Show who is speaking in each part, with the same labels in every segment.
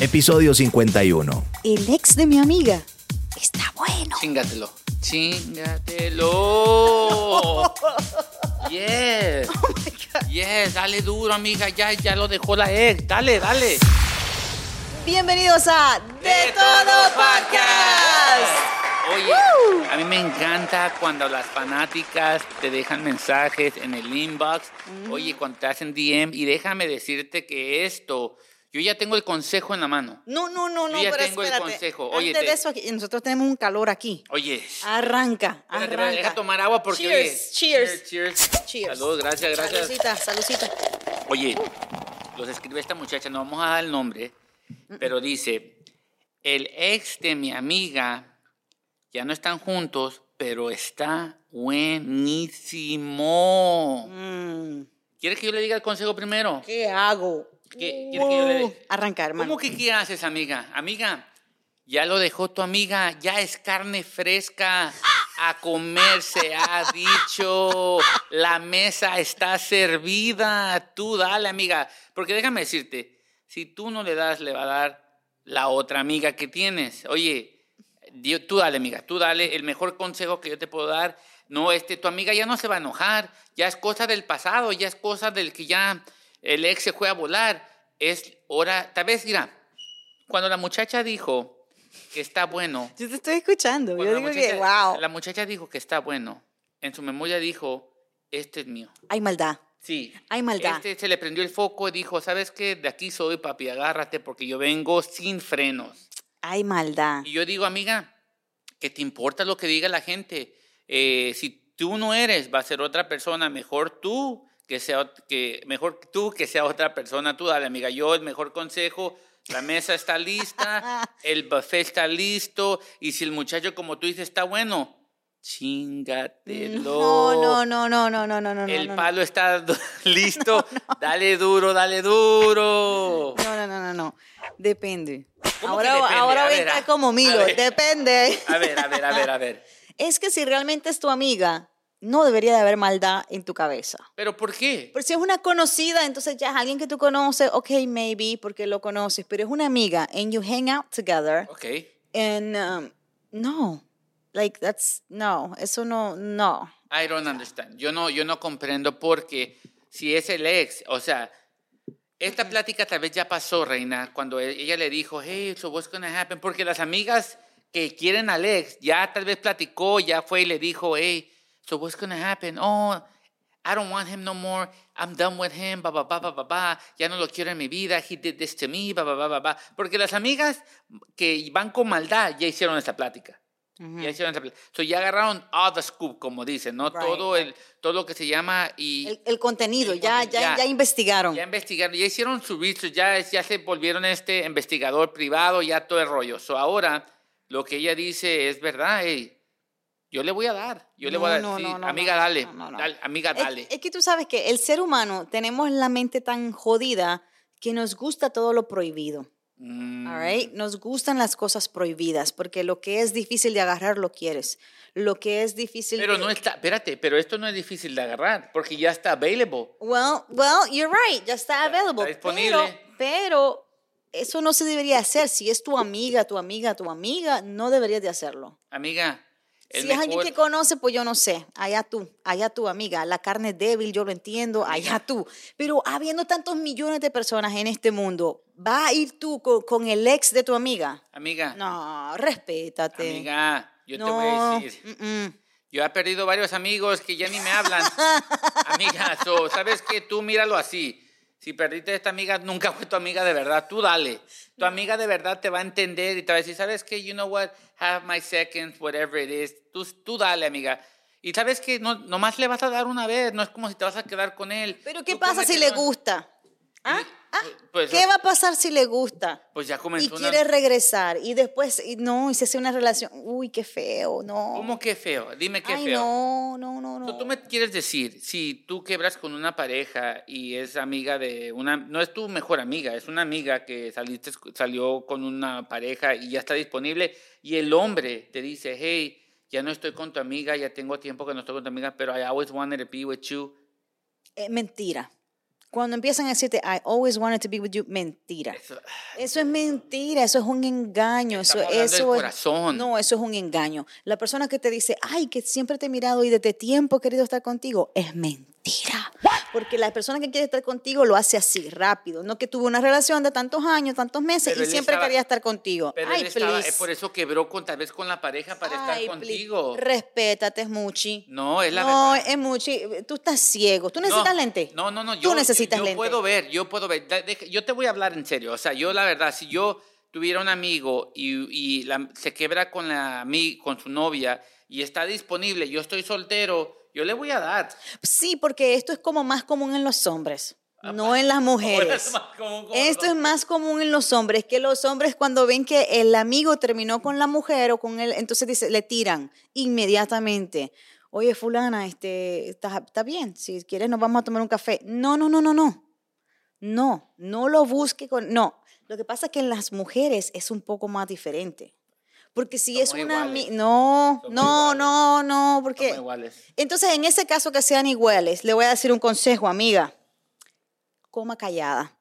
Speaker 1: Episodio 51.
Speaker 2: El ex de mi amiga está bueno.
Speaker 3: Chingatelo. Chingatelo. Yes.
Speaker 2: Oh
Speaker 3: Yes, dale duro, amiga. Ya, ya lo dejó la ex. Dale, dale.
Speaker 2: Bienvenidos a De, Todo Podcast.
Speaker 3: Oye, a mí me encanta cuando las fanáticas te dejan mensajes en el inbox.
Speaker 2: Mm.
Speaker 3: Oye, cuando te hacen DM. Y déjame decirte que esto, yo ya tengo el consejo en la mano.
Speaker 2: No, no, no, no,
Speaker 3: Yo ya
Speaker 2: pero
Speaker 3: tengo el
Speaker 2: espérate.
Speaker 3: consejo.
Speaker 2: Antes
Speaker 3: Oye,
Speaker 2: de
Speaker 3: te-
Speaker 2: eso, aquí- nosotros tenemos un calor aquí.
Speaker 3: Oye.
Speaker 2: Arranca, Ah,
Speaker 3: Espérate,
Speaker 2: arranca.
Speaker 3: deja tomar agua porque
Speaker 2: Cheers,
Speaker 3: oye,
Speaker 2: cheers.
Speaker 3: cheers,
Speaker 2: Cheers.
Speaker 3: Saludos, gracias, gracias.
Speaker 2: Salucita, salucita.
Speaker 3: Oye, los escribe esta muchacha, no vamos a dar el nombre, pero dice, el ex de mi amiga, ya no están juntos, pero está buenísimo.
Speaker 2: Mm,
Speaker 3: ¿Quieres que yo le diga el consejo primero?
Speaker 2: ¿Qué hago?
Speaker 3: ¿Qué- quieres que yo le-
Speaker 2: Uh, Arranca, hermano.
Speaker 3: ¿Cómo que qué haces, amiga? Amiga, ya lo dejó tu amiga, ya es carne fresca. A comer se ha dicho, la mesa está servida, tú dale, amiga. Porque déjame decirte, si tú no le das, le va a dar la otra amiga que tienes. Oye, di- tú dale, amiga, tú dale. El mejor consejo que yo te puedo dar, no, este, tu amiga ya no se va a enojar, ya es cosa del pasado, ya es cosa del que ya el ex se fue a volar. Es hora, tal vez, mira, cuando la muchacha dijo que está bueno,
Speaker 2: Yo te estoy escuchando.
Speaker 3: cuando
Speaker 2: Yo
Speaker 3: la
Speaker 2: digo que,
Speaker 3: muchacha-
Speaker 2: wow.
Speaker 3: La muchacha dijo que está bueno. En su memoria dijo, este es mío.
Speaker 2: Hay maldad.
Speaker 3: Sí.
Speaker 2: Hay maldad.
Speaker 3: Este se le prendió el foco y dijo, ¿sabes qué? De aquí soy, papi, agárrate porque yo vengo sin frenos.
Speaker 2: Hay maldad.
Speaker 3: Y yo digo, amiga, que te importa lo que diga la gente. Eh, si tú no eres, va a ser otra persona. Mejor tú que sea, ot- que, mejor tú que sea otra persona. Tú dale, amiga. Yo el mejor consejo. La mesa está lista, el buffet está listo, y si el muchacho, como tú dices, está bueno, chingatelo.
Speaker 2: Mm, No, no, no, no, no, no, no, no.
Speaker 3: El
Speaker 2: no, no.
Speaker 3: palo está du- listo. Dale duro, dale duro.
Speaker 2: No, no, no, no, no. Depende.
Speaker 3: ¿Cómo que
Speaker 2: Ahora,
Speaker 3: depende?
Speaker 2: ahora
Speaker 3: A
Speaker 2: voy a
Speaker 3: ver,
Speaker 2: estar
Speaker 3: a-
Speaker 2: como
Speaker 3: a
Speaker 2: Milo.
Speaker 3: ver.
Speaker 2: Depende.
Speaker 3: A ver, a ver, a ver, a ver.
Speaker 2: Es que si realmente es tu amiga, no debería de haber maldad en tu cabeza.
Speaker 3: ¿Pero por qué?
Speaker 2: Pero si es una conocida, entonces ya es alguien que tú conoces, ok, maybe, porque lo conoces, pero es una amiga, and you hang out together,
Speaker 3: Ok.
Speaker 2: and um, no, like that's, no, eso no, no.
Speaker 3: I don't understand. Yo no, yo no comprendo porque si es el ex, o sea, esta plática tal vez ya pasó, Reina, cuando e- ella le dijo, hey, so what's gonna happen? Porque las amigas que quieren al ex ya tal vez platicó, ya fue y le dijo, hey, so what's gonna happen? Oh, I don't want him no more. I'm done with him. Ba, ba, ba, ba, ba, ba. Ya no lo quiero en mi vida. He did this to me. Ba, ba, ba, ba, ba. Porque las amigas que van con maldad ya hicieron esta plática.
Speaker 2: Ujú.
Speaker 3: Ya hicieron esa pla- so, ya agarraron all the scoop, como dicen, ¿no?
Speaker 2: Right,
Speaker 3: Todo el todo lo que se llama y
Speaker 2: El, el contenido,
Speaker 3: El
Speaker 2: ya,
Speaker 3: conten-
Speaker 2: ya,
Speaker 3: ya.
Speaker 2: ya investigaron.
Speaker 3: ya investigaron, ya hicieron su research, ya, es- ya se volvieron este investigador privado, ya todo el rollo. So, ahora lo que ella dice es verdad, ey, yo le voy a dar, yo le voy a dar,
Speaker 2: No, no,
Speaker 3: sí,
Speaker 2: no, no,
Speaker 3: amiga,
Speaker 2: no,
Speaker 3: dale,
Speaker 2: no, no, no.
Speaker 3: dale, amiga,
Speaker 2: Es-
Speaker 3: Ah, dale.
Speaker 2: Es, que tú sabes que el ser humano tenemos la mente tan jodida que nos gusta todo lo prohibido.
Speaker 3: Mm,
Speaker 2: All right? Nos gustan las cosas prohibidas porque lo que es difícil de agarrar lo quieres. Lo que es difícil
Speaker 3: Pero
Speaker 2: de-
Speaker 3: no está, espérate, pero esto no es difícil de agarrar, porque ya está available.
Speaker 2: Well, well, you're right, ya está available.
Speaker 3: disponible.
Speaker 2: Pero, pero eso no se debería hacer. Si es tu amiga, tu amiga, tu amiga, no deberías de hacerlo.
Speaker 3: Amiga, el
Speaker 2: si es alguien
Speaker 3: mejor-
Speaker 2: que conoce, pues yo no sé. Allá tú, allá tú, amiga. La carne es débil, yo lo entiendo. Allá tú. Pero habiendo tantos millones de personas en este mundo, ¿va a ir tú co- con, el ex de tu amiga?
Speaker 3: amiga,
Speaker 2: No, respétate.
Speaker 3: amiga, yo
Speaker 2: no,
Speaker 3: te voy a decir.
Speaker 2: mm-mm.
Speaker 3: Yo he perdido varios amigos que ya ni me hablan. amiga, so, ¿sabes qué? Tú míralo así. Si perdiste a esta amiga, nunca fue tu amiga de verdad. Tú dale. Tu amiga de verdad te va a entender y te va a decir, ¿sabes qué? You know what? Have my seconds, whatever it is. Tú, tú dale, amiga. Y sabes que no, nomás le vas a dar una vez, no es como si te vas a quedar con él.
Speaker 2: Pero ¿qué
Speaker 3: Tú
Speaker 2: pasa si
Speaker 3: cómetelo.
Speaker 2: le gusta? ¿Ah? ¿Ah?
Speaker 3: Pues,
Speaker 2: ¿Qué va a pasar si le gusta?
Speaker 3: Pues ya
Speaker 2: Y
Speaker 3: comenzó una-
Speaker 2: quiere regresar y después, y no, y se hace una relación. Uy, qué feo, no.
Speaker 3: ¿Cómo que feo? Dime qué
Speaker 2: Ay,
Speaker 3: feo.
Speaker 2: no, no, no, no.
Speaker 3: So, tú me quieres decir, si tú quebras con una pareja y es amiga de una, no es tu mejor amiga, es una amiga que saliste, salió con una pareja y ya está disponible y el hombre te dice, hey, ya no estoy con tu amiga, ya tengo tiempo que no estoy con tu amiga, pero I always wanted to be with you.
Speaker 2: Eh, mentira. Cuando empiezan a decirte, I always wanted to be with you, mentira. Eso es mentira, eso es un engaño. Eso,
Speaker 3: Estamos hablando
Speaker 2: eso
Speaker 3: del
Speaker 2: es-
Speaker 3: corazón.
Speaker 2: No, eso es un engaño. La persona que te dice, ay, que siempre te he mirado y desde tiempo he querido estar contigo, es mentira. Porque la persona que quiere estar contigo lo hace así, rápido. No que tuvo una relación de tantos años, tantos meses
Speaker 3: Pero
Speaker 2: y
Speaker 3: él
Speaker 2: siempre
Speaker 3: estaba-
Speaker 2: quería estar contigo.
Speaker 3: Pero
Speaker 2: ay,
Speaker 3: él estaba,
Speaker 2: please.
Speaker 3: es por eso quebró con, tal vez con la pareja para
Speaker 2: Ay,
Speaker 3: estar
Speaker 2: please,
Speaker 3: contigo.
Speaker 2: Respétate, es Muchi.
Speaker 3: No, es la
Speaker 2: no,
Speaker 3: verdad.
Speaker 2: es Muchi. Tú estás ciego. ¿Tú necesitas
Speaker 3: no,
Speaker 2: lente?
Speaker 3: No, no, no. Yo,
Speaker 2: Tú necesitas
Speaker 3: yo,
Speaker 2: lente.
Speaker 3: puedo ver, yo puedo ver. Da- deja- yo te voy a hablar en serio. O sea, yo la verdad, si yo tuviera un amigo y, y la- se quebra con, la, mi- con su novia y está disponible, yo estoy soltero, yo le voy a dar.
Speaker 2: Sí, porque esto es como más común en los hombres, no en las mujeres.
Speaker 3: Ah, Más común con
Speaker 2: Esto
Speaker 3: los-
Speaker 2: es más común en los hombres, que los hombres cuando ven que el amigo terminó con la mujer o con él, entonces dice, le tiran inmediatamente. Oye, fulana, este, ¿estás- está, bien, si quieres nos vamos a tomar un café. No, no, no, no, no. No, no lo busque con... No, lo que pasa es que en las mujeres es un poco más diferente. Porque si
Speaker 3: Somos
Speaker 2: es una... ami-
Speaker 3: iguales.
Speaker 2: No,
Speaker 3: Somos
Speaker 2: no,
Speaker 3: iguales.
Speaker 2: no, no,
Speaker 3: Somos
Speaker 2: porque...
Speaker 3: iguales.
Speaker 2: Entonces, en ese caso que sean iguales, le voy a decir un consejo, amiga. Coma callada.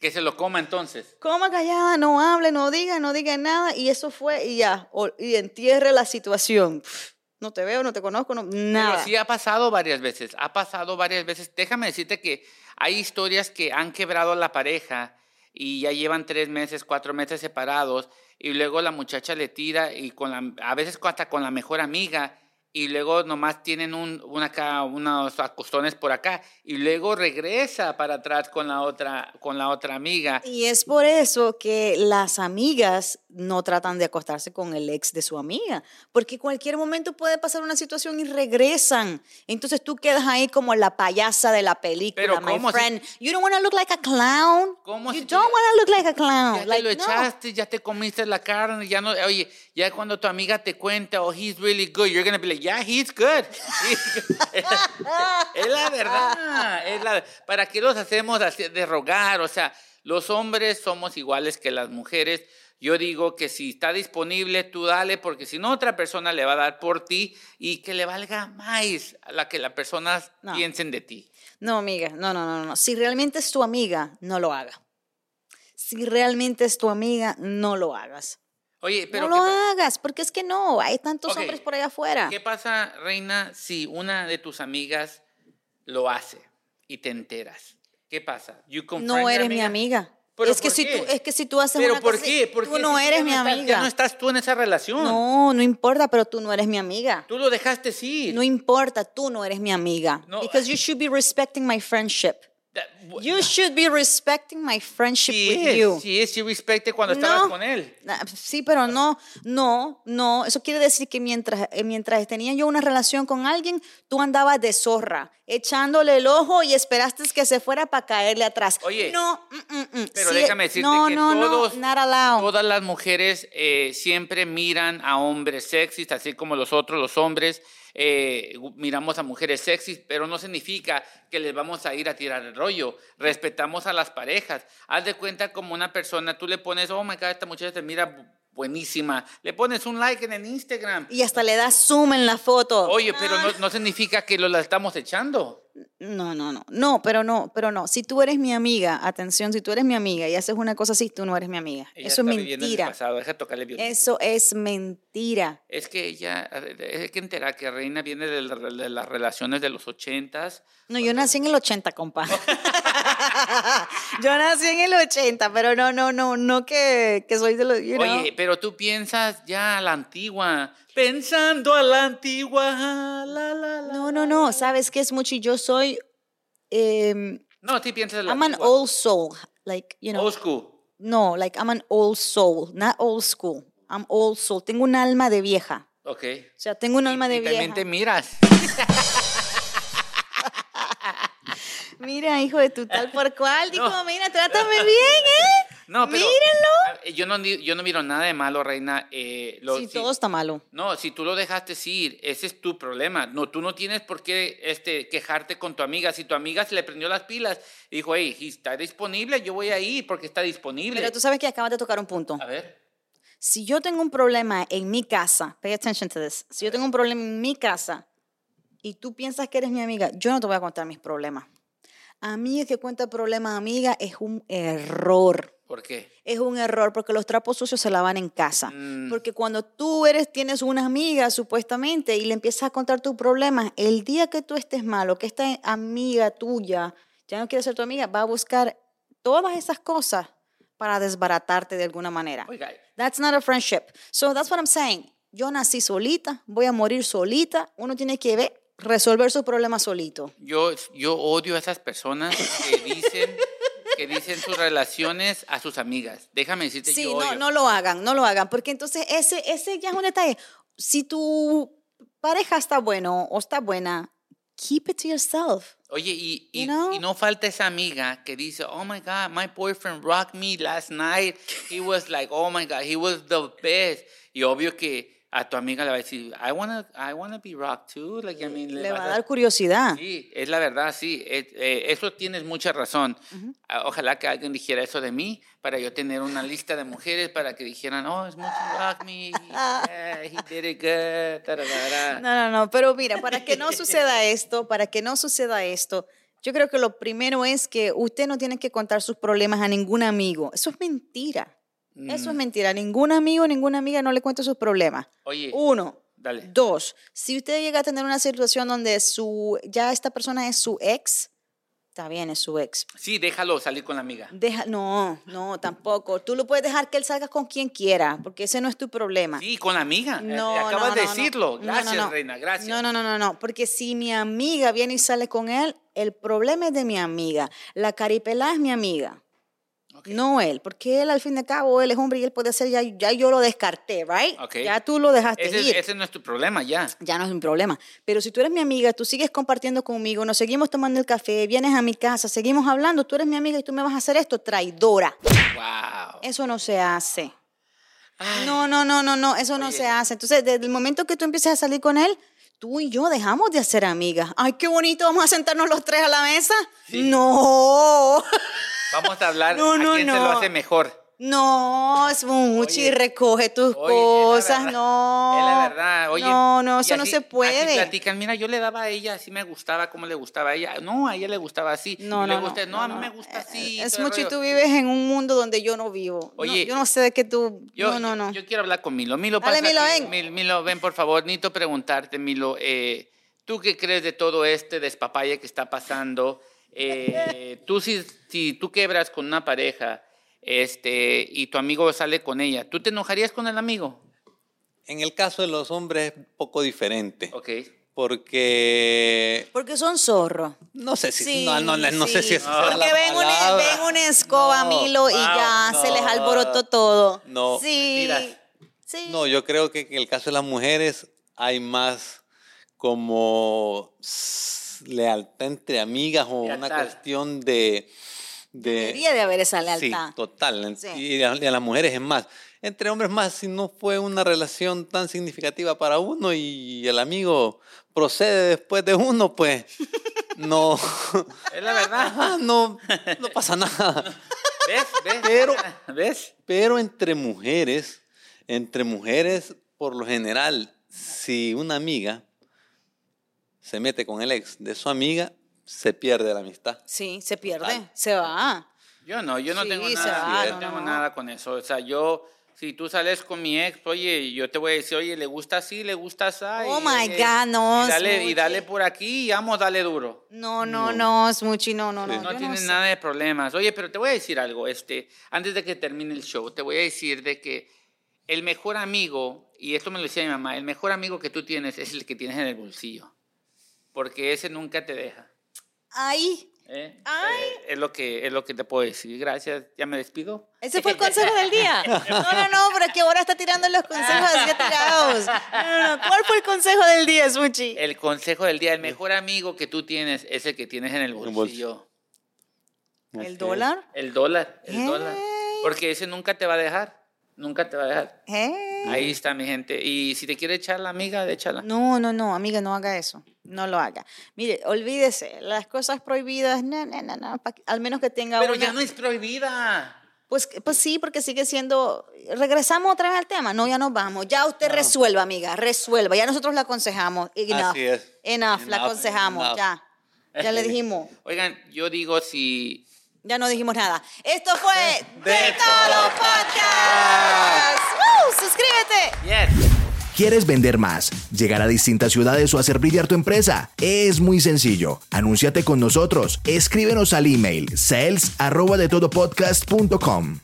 Speaker 3: Que se lo coma entonces.
Speaker 2: Coma callada, no hable, no diga, no diga nada. Y eso fue, y ya. o- y entierre la situación. Pf, No te veo, no te conozco, no-
Speaker 3: Pero
Speaker 2: nada.
Speaker 3: sí ha pasado varias veces, ha pasado varias veces. Déjame decirte que hay historias que han quebrado a la pareja y ya llevan tres meses, cuatro meses separados y luego la muchacha le tira y con la, a veces hasta con la mejor amiga y luego nomás tienen un, una acá, unos acostones por acá y luego regresa para atrás con la otra, con la otra amiga.
Speaker 2: Y es por eso que las amigas no tratan de acostarse con el ex de su amiga, porque cualquier momento puede pasar una situación y regresan. Entonces tú quedas ahí como la payasa de la película,
Speaker 3: Pero
Speaker 2: my
Speaker 3: ¿cómo si-
Speaker 2: friend. you don't want to look like a clown.
Speaker 3: ¿Cómo
Speaker 2: you
Speaker 3: si tú
Speaker 2: don't
Speaker 3: ya-
Speaker 2: want to look like a
Speaker 3: Ya
Speaker 2: clown.
Speaker 3: te
Speaker 2: Like,
Speaker 3: lo
Speaker 2: no.
Speaker 3: echaste, ya te comiste la carne, ya no, oye, ya cuando tu amiga te cuenta, oh, he's really good, you're gonna be like, yeah, he's good. He's good." es la verdad, es la- ¿para qué los hacemos así de rogar? O sea, los hombres somos iguales que las mujeres. Yo digo que si está disponible, tú dale, porque si no, otra persona le va a dar por ti y que le valga más a la que las personas
Speaker 2: No.
Speaker 3: piensen de ti.
Speaker 2: No, amiga, no, no, no, no. Si realmente es tu amiga, no lo haga. Si realmente es tu amiga, no lo hagas.
Speaker 3: Oye, pero
Speaker 2: no
Speaker 3: ¿qué
Speaker 2: lo
Speaker 3: pa-
Speaker 2: hagas, porque es que no, hay tantos
Speaker 3: Ok.
Speaker 2: hombres por allá afuera.
Speaker 3: ¿Qué pasa, Reina, si una de tus amigas lo hace y te enteras? ¿Qué pasa? You confront
Speaker 2: No
Speaker 3: your
Speaker 2: eres mi amiga.
Speaker 3: ¿Pero
Speaker 2: es que
Speaker 3: por
Speaker 2: si
Speaker 3: qué?
Speaker 2: tú es que si tú haces
Speaker 3: ¿Pero
Speaker 2: una
Speaker 3: por
Speaker 2: cosa
Speaker 3: qué?
Speaker 2: así,
Speaker 3: ¿Por
Speaker 2: tú
Speaker 3: qué?
Speaker 2: no
Speaker 3: Si ya
Speaker 2: eres mi
Speaker 3: estás-
Speaker 2: amiga.
Speaker 3: ya no estás tú en esa relación.
Speaker 2: No, no importa, pero tú no eres mi amiga.
Speaker 3: Tú lo dejaste sí.
Speaker 2: No importa, tú no eres mi amiga.
Speaker 3: No. eh.
Speaker 2: Because you should be respecting my friendship. You should be respecting my friendship with you.
Speaker 3: Sí, sí, sí, respecte cuando estabas
Speaker 2: No.
Speaker 3: con él.
Speaker 2: Ah, Sí, pero no, no, no. Eso quiere decir que mientras, eh, mientras tenía yo una relación con alguien, tú andabas de zorra, echándole el ojo y esperaste que se fuera para caerle atrás.
Speaker 3: Oye,
Speaker 2: no, mm, mm, mm.
Speaker 3: Pero
Speaker 2: Sí,
Speaker 3: déjame decirte
Speaker 2: no,
Speaker 3: que
Speaker 2: no,
Speaker 3: todos,
Speaker 2: no, nada lao.
Speaker 3: todas las mujeres eh, siempre miran a hombres sexys, así como los otros, los hombres, eh, gu- miramos a mujeres sexys, pero no significa que les vamos a ir a tirar el rollo. Respetamos a las parejas. Haz de cuenta como una persona, tú le pones, oh my God, esta muchacha te mira bu- buenísima. Le pones un like en el Instagram.
Speaker 2: Y hasta le das zoom en la foto.
Speaker 3: Oye, pero no, no significa que lo la estamos echando.
Speaker 2: No, no, no, no, pero no, pero no. Si tú eres mi amiga, atención, si tú eres mi amiga y haces una cosa así, tú no eres mi amiga.
Speaker 3: Ella
Speaker 2: Eso es
Speaker 3: está viviendo en el
Speaker 2: mentira.
Speaker 3: pasado, deja tocarle violín.
Speaker 2: Eso es mentira.
Speaker 3: Es que ella, a ver, hay que enterar que Reina viene de, la- de las relaciones de los ochentas.
Speaker 2: No, yo nací en el 80, compa. yo nací en el 80, pero no, no, no, no que, que soy de los... you know.
Speaker 3: Oye, pero tú piensas ya a la antigua, pensando a la antigua. la, la, la,
Speaker 2: no, no, no, sabes que es mucho y yo soy... em,
Speaker 3: No, sí piensas a la
Speaker 2: I'm an
Speaker 3: antigua.
Speaker 2: old soul, like, you know.
Speaker 3: Old school.
Speaker 2: No, like, I'm an old soul, not old school. I'm old soul. Tengo un alma de vieja.
Speaker 3: Ok.
Speaker 2: O sea, tengo un alma
Speaker 3: y
Speaker 2: de
Speaker 3: también
Speaker 2: vieja.
Speaker 3: te miras.
Speaker 2: Mira, hijo de tu tal por cual, dijo,
Speaker 3: No.
Speaker 2: mira, trátame bien, ¿eh?
Speaker 3: No, pero,
Speaker 2: Mírenlo.
Speaker 3: Ah, Yo no, di- yo no miro nada de malo, Reina. eh, lo-
Speaker 2: sí,
Speaker 3: sí.
Speaker 2: todo está malo.
Speaker 3: No, si tú lo dejaste ir, ese es tu problema. No, tú no tienes por qué este, quejarte con tu amiga. Si tu amiga se le prendió las pilas y dijo, hey, he está disponible, yo voy a ir porque está disponible.
Speaker 2: Pero tú sabes que acabas de tocar un punto.
Speaker 3: A ver.
Speaker 2: Si yo tengo un problema en mi casa, pay attention to this. Si yo tengo un problema en mi casa y tú piensas que eres mi amiga, yo no te voy a contar mis problemas. Amiga que cuenta problemas, amiga, es un error.
Speaker 3: ¿Por qué?
Speaker 2: Es un error porque los trapos sucios se lavan en casa.
Speaker 3: Mm.
Speaker 2: Porque cuando tú eres, tienes una amiga supuestamente y le empiezas a contar tus problemas, el día que tú estés malo, que esta amiga tuya ya no quiere ser tu amiga, va a buscar todas esas cosas para desbaratarte de alguna manera.
Speaker 3: Oiga,
Speaker 2: That's not a friendship. So that's what I'm saying. Yo nací solita, voy a morir solita. Uno tiene que ver, resolver sus problemas solito.
Speaker 3: yo, yo odio a esas personas que dicen, que dicen sus relaciones a sus amigas. Déjame decirte,
Speaker 2: Sí,
Speaker 3: yo
Speaker 2: no,
Speaker 3: odio.
Speaker 2: no lo hagan, no lo hagan, porque entonces ese, ese ya es un detalle. Si tu pareja está bueno o está buena, keep it to yourself.
Speaker 3: Oye, y, y,
Speaker 2: You know?
Speaker 3: y no falta esa amiga que dice, oh my God, my boyfriend rocked me last night. He was like, oh my God, he was the best. Y obvio que a tu amiga le va a decir, I wanna, I wanna be rocked too. Like, I mean, le
Speaker 2: Le
Speaker 3: vas
Speaker 2: va a dar curiosidad.
Speaker 3: Sí, es la verdad, sí. Es- eh, eso tienes mucha razón. Ah, Ojalá que alguien dijera eso de mí para yo tener una lista de mujeres para que dijeran, oh, es mucho rock me. Yeah, he did it good. ta, ta, ta, ta".
Speaker 2: No, no, no, pero mira, para que no suceda esto, para que no suceda esto, yo creo que lo primero es que usted no tiene que contar sus problemas a ningún amigo. Eso es mentira.
Speaker 3: Mm,
Speaker 2: Eso es mentira. Ningún amigo, ninguna amiga no le cuenta sus problemas.
Speaker 3: Oye,
Speaker 2: Uno.
Speaker 3: dale.
Speaker 2: Dos, si usted llega a tener una situación donde su, ya esta persona es su ex, está bien, es su ex.
Speaker 3: Sí, déjalo salir con la amiga.
Speaker 2: Deja, no, no, tampoco. Tú lo puedes dejar que él salga con quien quiera, porque ese no es tu problema.
Speaker 3: Sí, con la amiga. Eh,
Speaker 2: No,
Speaker 3: Acabas
Speaker 2: no,
Speaker 3: de
Speaker 2: no, no.
Speaker 3: decirlo.
Speaker 2: No, no,
Speaker 3: Gracias,
Speaker 2: no.
Speaker 3: reina, gracias.
Speaker 2: No, no, no, no, no, porque si mi amiga viene y sale con él, el problema es de mi amiga. La caripelá es mi amiga,
Speaker 3: Ok.
Speaker 2: no él, porque él al fin de cabo, él es hombre y él puede hacer, ya, ya yo lo descarté, ¿right?
Speaker 3: Ok.
Speaker 2: Ya tú lo dejaste
Speaker 3: Ese,
Speaker 2: ir.
Speaker 3: ese no es tu problema ya.
Speaker 2: ya no es un problema. Pero si tú eres mi amiga, tú sigues compartiendo conmigo, nos seguimos tomando el café, vienes a mi casa, seguimos hablando, tú eres mi amiga y tú me vas a hacer esto, traidora.
Speaker 3: Wow.
Speaker 2: Eso no se hace. No, no, no, no, no, eso no
Speaker 3: Oye.
Speaker 2: se hace. Entonces, desde el momento que tú empiezas a salir con él, tú y yo dejamos de hacer amigas. Ay, qué bonito, vamos a sentarnos los tres a la mesa.
Speaker 3: Sí.
Speaker 2: No,
Speaker 3: Vamos a hablar
Speaker 2: No, no,
Speaker 3: a quién se lo
Speaker 2: no.
Speaker 3: hace mejor.
Speaker 2: no, es mucho y
Speaker 3: Oye.
Speaker 2: recoge tus
Speaker 3: Oye, es la
Speaker 2: cosas,
Speaker 3: verdad,
Speaker 2: no.
Speaker 3: Es la verdad, oye.
Speaker 2: No, no,
Speaker 3: y
Speaker 2: eso no
Speaker 3: así-
Speaker 2: se puede.
Speaker 3: Así platican, mira, yo le daba a ella, así me gustaba, como le gustaba a ella. No, a ella le gustaba así.
Speaker 2: No,
Speaker 3: y le
Speaker 2: no,
Speaker 3: gusta-
Speaker 2: no,
Speaker 3: no, a mí
Speaker 2: no,
Speaker 3: me
Speaker 2: no.
Speaker 3: gusta así.
Speaker 2: Es
Speaker 3: todo el
Speaker 2: mucho y
Speaker 3: rollo.
Speaker 2: tú vives en un mundo donde yo no vivo. No,
Speaker 3: Oye,
Speaker 2: yo no sé de qué tú.
Speaker 3: Yo,
Speaker 2: no, no, no.
Speaker 3: yo quiero hablar con Milo. Milo,
Speaker 2: Dale,
Speaker 3: pasa
Speaker 2: Milo,
Speaker 3: aquí.
Speaker 2: ven.
Speaker 3: Mil- Milo, ven, por favor. Necesito preguntarte, Milo, eh, ¿tú qué crees de todo este despapalle que está pasando? Eh, tú, si, si tú quebras con una pareja este, y tu amigo sale con ella, ¿tú te enojarías con el amigo?
Speaker 4: En el caso de los hombres es poco diferente,
Speaker 3: Ok.
Speaker 4: porque
Speaker 2: Porque son zorros.
Speaker 4: no sé si
Speaker 2: Sí,
Speaker 4: no, no, no sé
Speaker 2: sí.
Speaker 4: si esa
Speaker 3: No.
Speaker 4: será la
Speaker 2: Porque ven una,
Speaker 4: palabra.
Speaker 2: ven una escoba,
Speaker 4: No,
Speaker 2: Milo, y
Speaker 4: wow,
Speaker 2: ya se les
Speaker 4: no,
Speaker 2: alborotó todo.
Speaker 4: no,
Speaker 2: Sí.
Speaker 3: mentiras.
Speaker 2: Sí.
Speaker 4: No, eh. yo creo que en el caso de las mujeres hay más como s- lealtad entre amigas o una
Speaker 3: Lealtad.
Speaker 4: cuestión de... de
Speaker 2: Debería de haber esa lealtad.
Speaker 4: Sí, total. en-
Speaker 2: Sí.
Speaker 4: Y, a, y a las mujeres es más. Entre hombres más, si no fue una relación tan significativa para uno y el amigo procede después de uno, pues no,
Speaker 3: Es la verdad.
Speaker 4: ah, no, no pasa nada.
Speaker 3: ¿Ves? ¿Ves?
Speaker 4: Pero-
Speaker 3: ¿Ves?
Speaker 4: Pero entre mujeres, entre mujeres, por lo general, si una amiga se mete con el ex de su amiga, se pierde la amistad.
Speaker 2: Sí, se pierde,
Speaker 4: Total.
Speaker 2: se va.
Speaker 3: Yo no, yo no
Speaker 2: Sí,
Speaker 3: tengo
Speaker 2: se
Speaker 3: nada, yo
Speaker 4: va, no,
Speaker 3: no,
Speaker 2: no,
Speaker 3: tengo
Speaker 2: no.
Speaker 3: nada con eso. O sea, yo, si tú sales con mi ex, oye, yo te voy a decir, oye, le gusta así, le gusta así. eh,
Speaker 2: Oh my God, no,
Speaker 3: Y dale,
Speaker 2: Smokey.
Speaker 3: y dale por aquí y vamos, dale duro.
Speaker 2: No, no, no, es mucho y no, no,
Speaker 4: Sí.
Speaker 2: no. yo
Speaker 4: No
Speaker 3: No
Speaker 2: no
Speaker 3: tienes
Speaker 2: sé.
Speaker 3: nada de problemas. Oye, pero te voy a decir algo, este, antes de que termine el show, te voy a decir de que el mejor amigo, y esto me lo decía mi mamá, el mejor amigo que tú tienes es el que tienes en el bolsillo, porque ese nunca te deja.
Speaker 2: Ay,
Speaker 3: ¿eh?
Speaker 2: Ay.
Speaker 3: Eh, es, lo que, es lo que te puedo decir. Gracias, ya me despido.
Speaker 2: ese fue el consejo del día. No, no, no, pero que ahora está tirando los consejos así tirados. No, no, no. ¿Cuál fue el consejo del día, Smuchi?
Speaker 4: Eh,
Speaker 3: El consejo del día, el mejor amigo que tú tienes es el que tienes en el
Speaker 4: bolsillo.
Speaker 3: bolsillo.
Speaker 4: Así
Speaker 2: ¿El
Speaker 4: es.
Speaker 2: dólar?
Speaker 3: El dólar, el
Speaker 2: Hey.
Speaker 3: dólar. Porque ese nunca te va a dejar, nunca te va a dejar.
Speaker 2: ¿Eh?
Speaker 3: Ahí está mi gente. Y si te quiere echar la amiga, échala.
Speaker 2: No, no, no, amiga, no haga eso. No lo haga. Mire, olvídese, las cosas prohibidas, no, no, no, no, pa' que- al menos que tenga
Speaker 3: Pero
Speaker 2: una-
Speaker 3: ya no es prohibida.
Speaker 2: pues, pues sí, porque sigue siendo... Regresamos otra vez al tema. No, ya nos vamos. Ya usted resuelva, amiga, resuelva. Ya nosotros la aconsejamos. Enough.
Speaker 4: Así es.
Speaker 2: Enough, la
Speaker 4: Enough,
Speaker 2: aconsejamos,
Speaker 4: enough.
Speaker 2: ya. Ya le dijimos.
Speaker 3: Oigan, yo digo si
Speaker 2: Ya no dijimos nada. Esto fue
Speaker 3: De
Speaker 2: De Todo
Speaker 3: Todo
Speaker 2: Podcast. ¡Woo! ¡Suscríbete!
Speaker 3: yes.
Speaker 1: ¿Quieres vender más? ¿Llegar a distintas ciudades o hacer brillar tu empresa? Es muy sencillo. Anúnciate con nosotros. Escríbenos al email sales@detodopodcast.com.